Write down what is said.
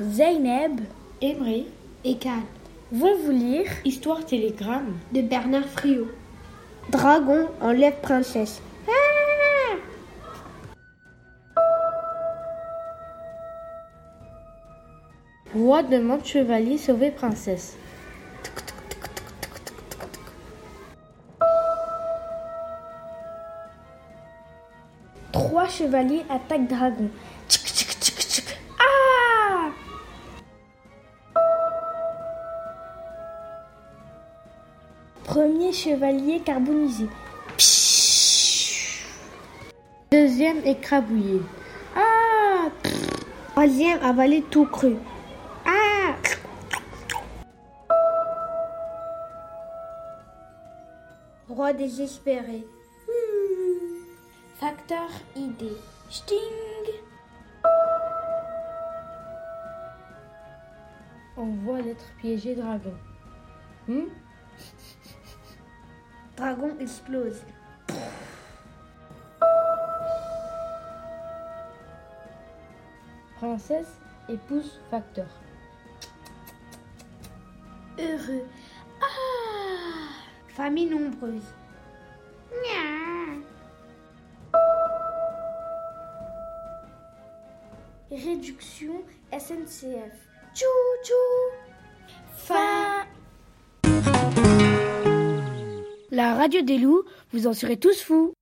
Zeynep Emery et Cal. vont vous lire Histoire télégramme. De Bernard Friot. Dragon enlève princesse. Roi demande chevalier sauver princesse. Trois chevaliers attaquent dragon. Tchic, tchic, tchic, tchic. Ah Premier chevalier carbonisé. Deuxième écrabouillé. Ah Troisième avalé tout cru. Ah Roi désespéré. Hmm. Facteur ID. Sting On voit l'être piégé dragon. Hmm Dragon explose. Princesse épouse facteur. Heureux. Ah, Famille nombreuse. Réduction SNCF. Tchou tchou Fin La radio des loups, vous en serez tous fous.